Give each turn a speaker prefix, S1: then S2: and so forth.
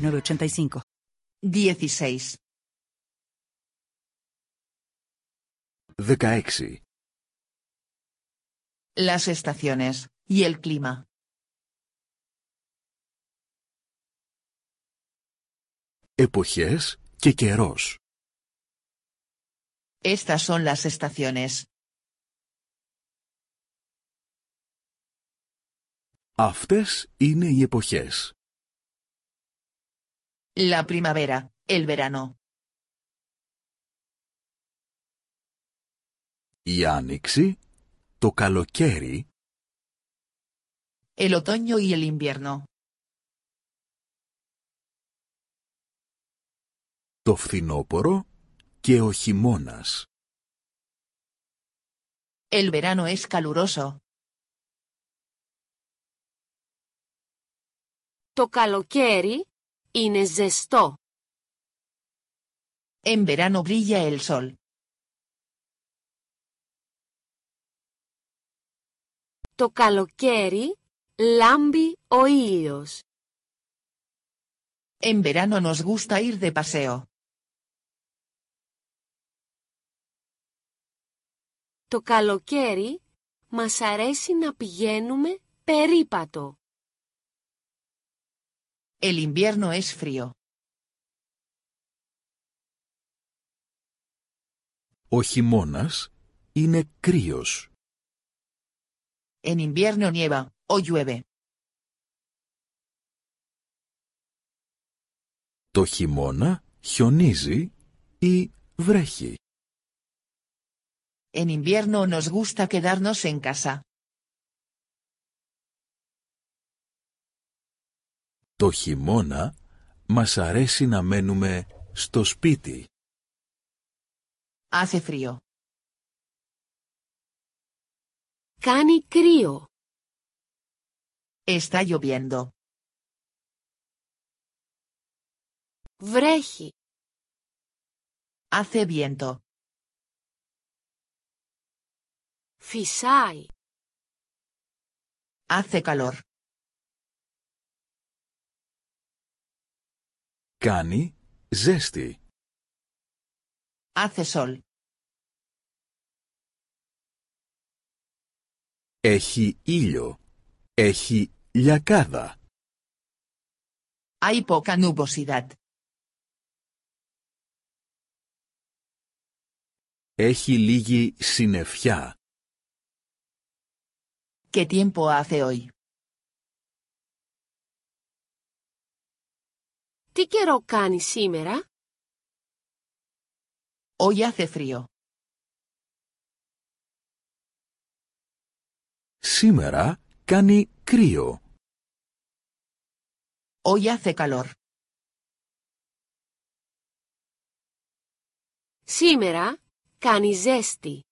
S1: 985.
S2: 16.
S3: 16.
S2: Las estaciones y el clima.
S3: Εποχές και καιρός.
S2: Estas son las estaciones.
S3: Αυτές είναι οι εποχές.
S2: La primavera, el verano,
S3: Η άνοιξη, το καλοκαίρι,
S2: el otoño y el invierno,
S3: το φθινόπωρο και ο χειμώνας.
S2: el verano es caluroso,
S4: Το καλοκαίρι είναι ζεστό.
S2: en verano brilla el sol,
S4: Το καλοκαίρι λάμπει ο ήλιος.
S2: en verano nos gusta ir de paseo,
S4: Το καλοκαίρι μας αρέσει να πηγαίνουμε περίπατο.
S2: el invierno es frío,
S3: Ο χειμώνας είναι κρύος.
S2: en invierno nieva o llueve,
S3: Το χειμώνα χιονίζει ή βρέχει.
S2: en invierno nos gusta quedarnos en casa,
S3: Το χειμώνα μας αρέσει να μένουμε στο σπίτι.
S2: hace frío,
S4: Κάνει κρύο.
S2: está lloviendo,
S4: Βρέχει.
S2: hace viento,
S4: Φυσάει.
S2: hace calor,
S3: Κάνει ζέστη.
S2: hace sol,
S3: Έχει ήλιο. Έχει λιακάδα.
S2: hay poca nubosidad,
S3: Έχει λίγη συννεφιά.
S2: ¿qué tiempo hace hoy?
S4: Τι καιρό κάνει σήμερα?
S2: Hoy hace frío.
S3: Σήμερα κάνει κρύο.
S2: Hoy hace calor.
S4: Σήμερα κάνει ζέστη.